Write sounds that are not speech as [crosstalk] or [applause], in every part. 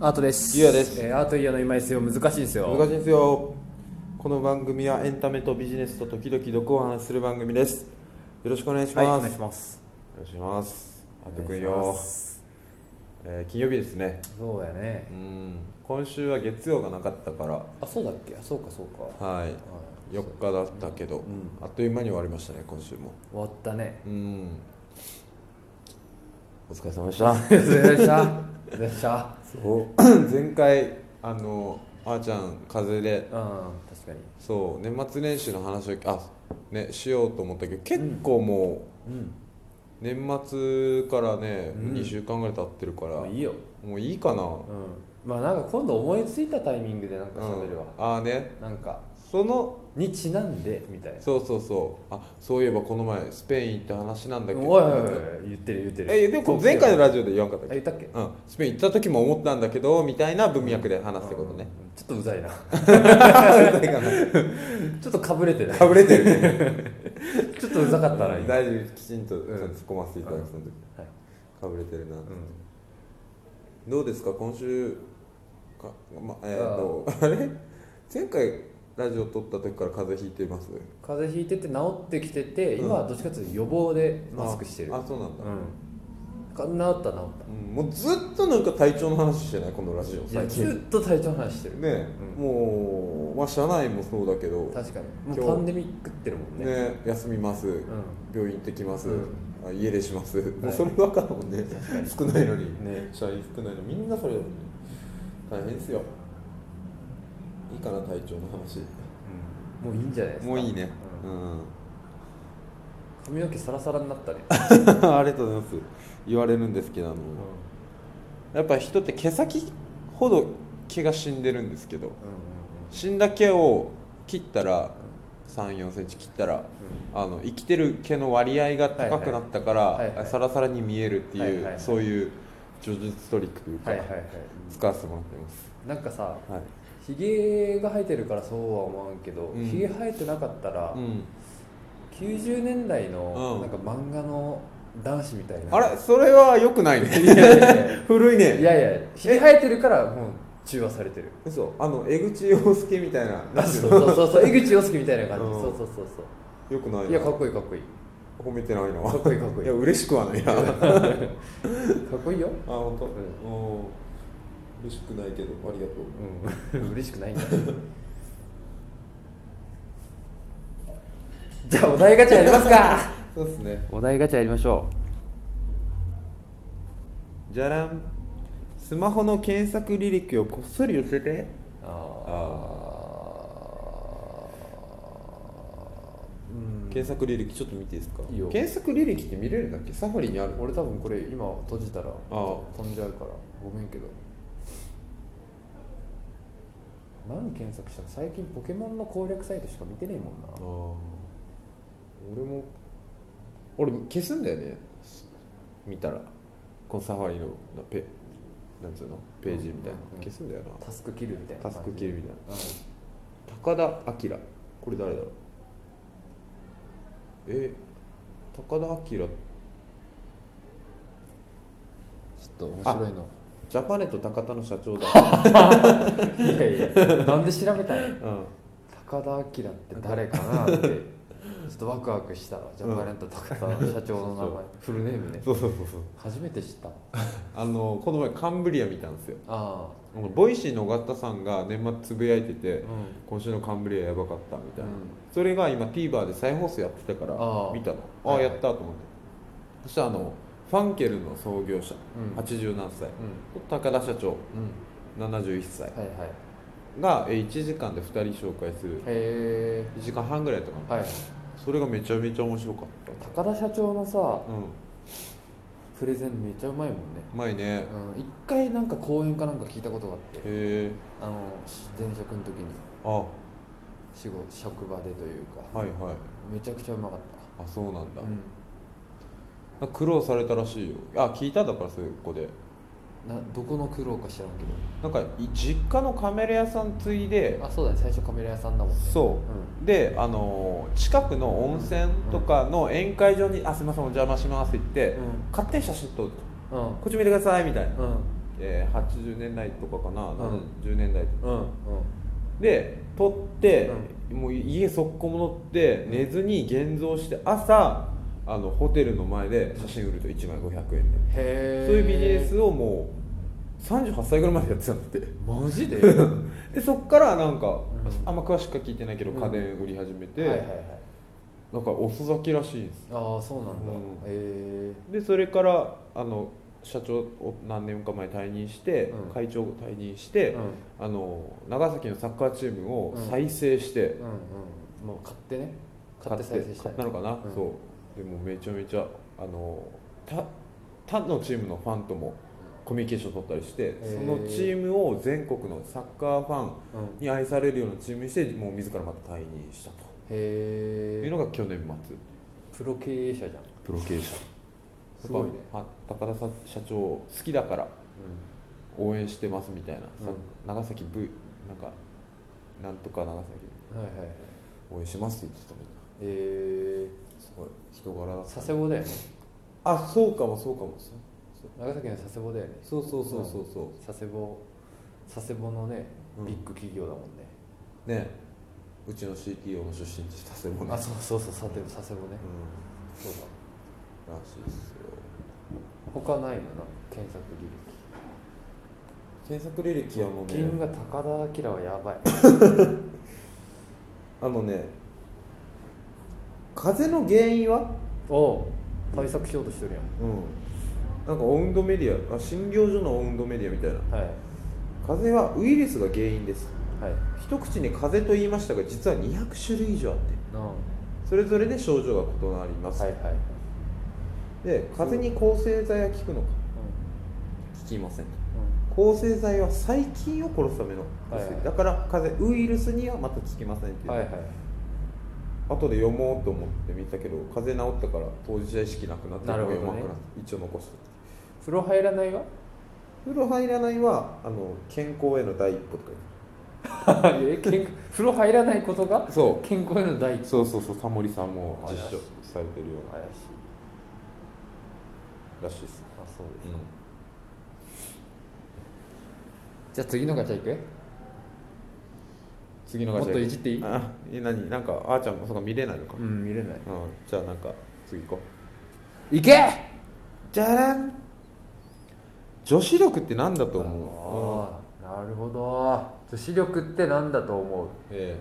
アートですゆうやですえーアートイヤの今井ですよ難しいんですよ難しいんですよこの番組はエンタメとビジネスと時々毒を話する番組ですよろしくお願いします、はいお願いしよますろしくお願いしますあとくんお願いしよま、えー金曜日ですねそうやねうん今週は月曜がなかったからあそうだっけあそうかそうかはいはい4日だったけど、んあっという間に終わりましたね今週も終わった [laughs] ねうんお疲れ様でしたお疲れ様でしたお疲れ様でしたそう [coughs] 前回あのあーちゃん風邪でうん確かにそう年末年始の話をあ、ね、しようと思ったけど結構もうんう年末からね、うん2週間ぐらい経ってるからもういいよもういいかな、うんまあなんか今度思いついたタイミングでなんかうん喋るわ、ああねなんかそのにちなんでみたいなそうそうそうあそういえばこの前スペイン行った話なんだけどおいおいおい言ってる言ってるえでもこれ前回のラジジオで言わんかったっあけ、言ったっけうん、スペイン行った時も思ったんだけどみたいな文脈で話すってことね、うんちょっとうざ [laughs] いなか [laughs] ちょっとかぶれてないぶれて [laughs] るねちょっとうざかったな大今、はい、丈夫きちんとちゃんと突っ込ませていただくその時かぶれてるなって、どうですか今週か、ま、えっ、と [laughs] あれ前回ラジオ撮った時から風邪ひいてます風邪ひいてて治ってきててうん今はどっちかというと予防でマスクしてるああそうなんだ、うんか治った治っうんもうずっとなんか体調の話してないこのラジオたいや最近ねずっと体調の話してるうんもうまあ社内もそうだけど確かに今もう日パンデミックってるもんねね休みます、う病院行ってきます、うんあ家出します、もうはいそればっかだもんね少ないのにんね社員少ないのみんなそれだもんね大変ですよいいかな体調の話もういいんじゃないですかもういいね、ううんん [laughs] 髪の毛サラサラになったねありがとうございます言われるんですけどあの、うんうんやっぱ人って毛先ほど毛が死んでるんですけど死んだ毛を切ったら3 4センチ切ったらあの生きてる毛の割合が高くなったから、いはいはいはいサラサラに見えるっていう、はいはいはいそういう叙述トリックというか、はいはいはい使わせてもらってます、なんかさはいひげが生えてるからそうは思わんけどうんひげ生えてなかったらうん、 90年代うのんなんか漫画の男子みたいなあ [laughs] れそれは良くないねいやいやいや古いねいやいやひげ生えてるからもう中和されてる嘘あの江口洋介みたいな [laughs] あそうそうそうそう江口洋介みたいな感じ、うんそうそうそうよくなそいういなやかっこいいかっこいい褒めてないなかっこいいかっこいいや嬉しくはないな [laughs] あかっこいいよ本当。ううん嬉しくないけどありがとううん [laughs] 嬉しくないんだじゃあお題ガチャやりますかそうですねお題ガチャやりましょじゃらんスマホの検索履歴をこっそり寄せてうああうん検索履歴ちょっと見ていいですかいいよ検索履歴って見れるんだっけサファリにある俺多分これ今閉じたらあー飛んじゃうからごめんけど何検索したの最近ポケモンの攻略サイトしか見てねえもんなあ俺も俺消すんだよね見たらこのサファリのなペなんつうのページみたいなうん消すんだよなタスク切るみたいなタスク切るみたいなうん高田明これ誰だろうえ高田明ちょっと面白いのジャパネット高田の社 [laughs] 長だ、いやいやなんで調べたんやうん、高田明って誰かなってちょっとワクワクしたわジャパネット高田社長の名前、フルネームねそうそうそうそう初めて知ったあのこの前カンブリア見たんですよああのボイシーの尾形さんが年末つぶやいてて、ー、う今週のカンブリアやばかったみたいな、うんそれが今 TVer で再放送やってたからああ見たのあはいあはいやったと思って、そしたらあのファンケルの創業者、うん80何歳、ん高田社長うん71歳はいはいへがえ1時間で2人紹介するえ1時間半ぐらいとかな、はいそれがめちゃめちゃ面白かっ高田社長のさた、うん、プレゼンめっちゃうまいもんねうまいねうん一回なんか講演かなんか聞いたことがあってへえあの前職の時にあは仕事職場でといういか、はいめちゃくちゃうまかっあそうなんた、だ、苦労されたらしいよあ聞いただからそういう子でなどこの苦労か知らんけなんかい実家のカメラ屋さん継いでどあそうだね最初カメラ屋さんだもんねそううであのー近くの温泉とかの宴会場に「あすいませんお邪魔します」って言って、うん勝手に写真撮るうんこっち見てください」みたいなうんえー80年代とかかな、ん70年代とかうんうんで取って、もう家速攻戻って寝ずに現像して朝あのホテルの前で写真売ると1枚500円で、へえそういうビジネスをもう38歳ぐらいまでやってたんだってマジで [laughs] でそっからなんか、んあんま詳しくは聞いてないけどうん家電売り始めて、はいはいはいなんか遅咲きらしいんですああそうなんだ、うんへでそれからあの社長を何年か前に退任して、うん会長を退任しえて、うんあの長崎のサッカーチームを再生して、うんうんもう買ってね買って再生したい買ったのかな、うんそうでもめちゃめちゃあの他他のチームのファンともコミュニケーション取ったりしてーそのチームを全国のサッカーファンうんへに愛されるようなチームにしてもう自らまた退任したというえのが去年末プロ経営者じゃんプロ経営者すごいねやっぱ高田さ社長好きだから応援してますみたいな、さう長崎部なんかなんとか長崎はいはいはい応援しますって言ってたみんなえすごい人柄だー、佐世保だよねあそうかもそうかもそう長崎の佐世保だよねそうそうそうそうそう、佐世保佐世保のねうんビッグ企業だもんね、ねうちの CTO の出身地佐世保ねあそうそうそう佐世保佐世保ねう、そうだんらしいですよ他ないのな検索履検索履歴はもう歴金ねが高田明はやばいあのね風邪の原因はおお対策しようとしてるやうんなんかオウンドメディアあ診療所のオウンドメディアみたいなんはい風邪はウイルスが原因ですはい一口に風邪と言いましたが実は200種類以上あってなはそれぞれで症状が異なります、いはい、で風邪に抗生剤は効くのか効きませんとう抗生剤は細菌を殺すための薬、はいはいだから風邪ウイルスにはまた効きませんっていん、う、はいはい後で読もうと思って見たけど風邪治ったから当事者意識なくなってなるほどね読まなくなって一応残した風呂入らないが [laughs] 風呂入らないはあの健康への第一歩とか言うえ健康風呂入らないことがそ健康への第一うそうそうそうタモリさんも怪実しい証されてるよう怪しいならしいです、あそうですじゃあ次のガチャいく次のもガっチャといじっていいあえ何なんかあーちゃんもそうか見れないのか、ん見れないうんじゃあなんか次行こういけあじゃらん女子力って何だと思うあなるほど女子力ってなんだと思うええ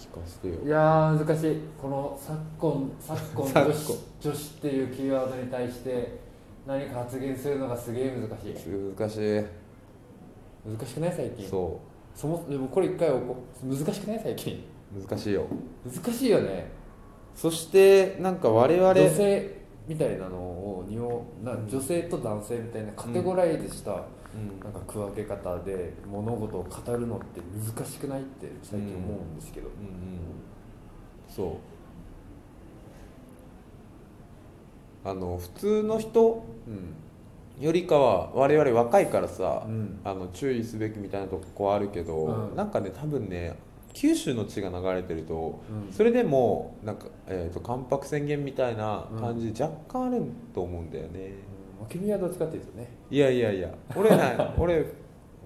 聞かせてよいやー難しいこの昨今昨今昨女今子女子っていうキーワードに対して何か発言するのがすげえ難しい難し難しくない最い近そそもでもこれ一回おこ難しくない最近う難しいよ難しいよねそしてなんか我々女性みたいなのをにおな女性と男性みたいなカテゴライズした、うんなんか区分け方で物事を語るのって難しくないって最近思うんですけど、うんうんそうあの普通の人うんよりかは我々若いからさ、うんあの注意すべきみたいなとこあるけど、うんなんかね多分ね九州の地が流れてると、うんそれでもなんか、えー、と関白宣言みたいな感じ、若干あると思うんだよねまあ君はどっちかっていうとねいやいやい [laughs] や俺な俺フ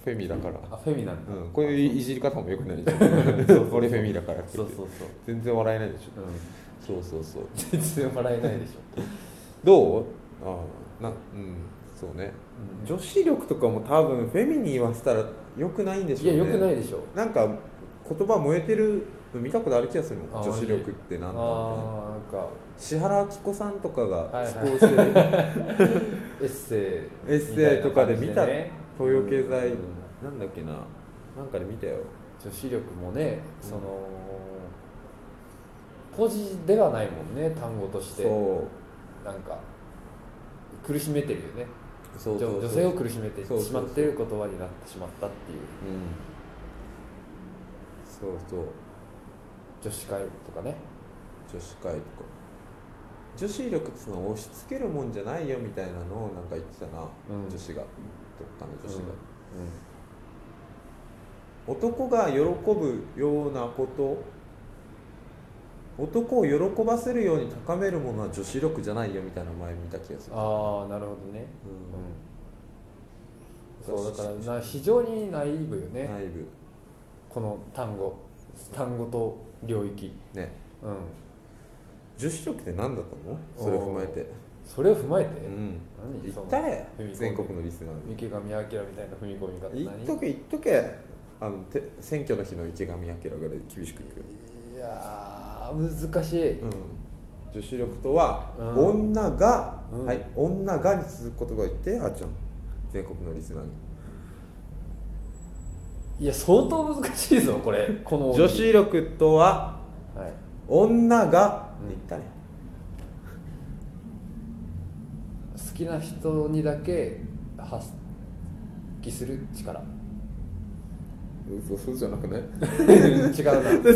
ェミだから、あフェミなんだ、うん、こういういじり方もよくない [laughs] 俺フェミだからってそ言うってそうそう全然笑えないでしょうんそうそうそう全然笑えないでしょ、どうあーなうんそうね女子力とかも多分フェミに言わせたらよくないんでしょいうやねよくないでしょなんか言葉燃えてるの見たことある気がするもあん女子力ってあなんだろーなんかう石原明子さんとかがはいはい寄稿してる、エッセイエッセイとかでみ見たいな感じ東洋でね経済うんなんだっけななんかで見たよ女子力もねその、ポジではないもんね単語としてそうなんか苦しめてるよねそうそうそう女女性を苦しめてそうそうしまっている言葉になってしまったっていううんそうそう女子会とかね女子会とか女子力ってその押し付けるもんじゃないよみたいなのをなんか言ってたな、うん女子がどっかの女子が、男が喜ぶようなこと男を喜ばせるように高めるものは女子力じゃないよみたいなの前見た気がするああなるほどね、うんうそうだからな非常にナイーブよね、内部この単語単語と領域ねうん女子力って何だったのそれを踏まえてそれを踏まえて、うん何言そのったれ踏み込んで全国のリスナーに池上彰みたいな踏み込み方言っと何け言っとけあのて選挙の日の池上彰が厳しく言うよいやー難しい、うん、女子力とは、うん女が、うんはい女がに続く言葉を言ってあーちゃん全国のリスナーにいや相当難しいぞこ [laughs] れこの女子力とははい女が、うん言ったね好きな人にだけ発揮する [laughs] 力嘘そうじゃなくない違うな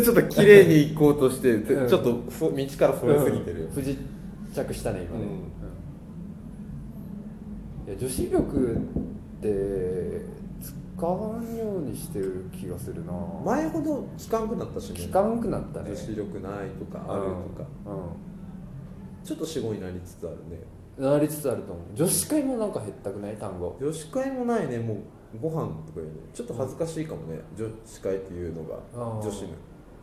ちょっと綺麗に行こうとして、てうんちょっとそ道からそれすぎてるようん、不時着したね今ね、ううんんいや女子力って使わんようにしてる気がするな前ほど聞かんくなったしね聞かんくなったね女子力ないとかあるとか、うちょっと死語になりつつあるねん、うん、なりつつあると思う女子会もなんか減ったくない単語女子会もないねもうご飯とかいうねちょっと恥ずかしいかもね、女子会っていうのがあー女子に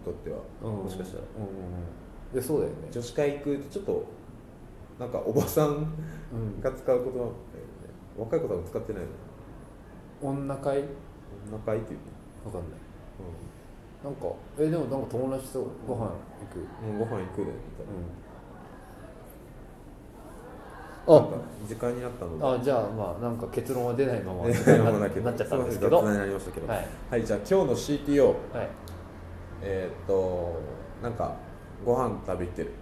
とっては、もしかしたらうんうんうんいやそうだよね、女子会行くってちょっとなんかおばさんうん、が使う言葉だよね若い子多分使ってないの女会わ女会っていうね、かんないなんかえでもなんか友達とご飯行く、うん、もうご飯行くねみたいな、あなんか時間になったのであ [laughs] じゃあまあなんか結論は出ないままえなー読まなきゃなっちゃったんですけどすいませはん雑談いになりましたけどはい、はい、じゃあ今日の CTO えーっとなんかご飯食べ行ってる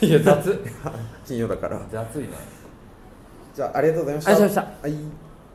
いや雑金曜だから雑いなじゃあありがとうございましたありがとうございまはい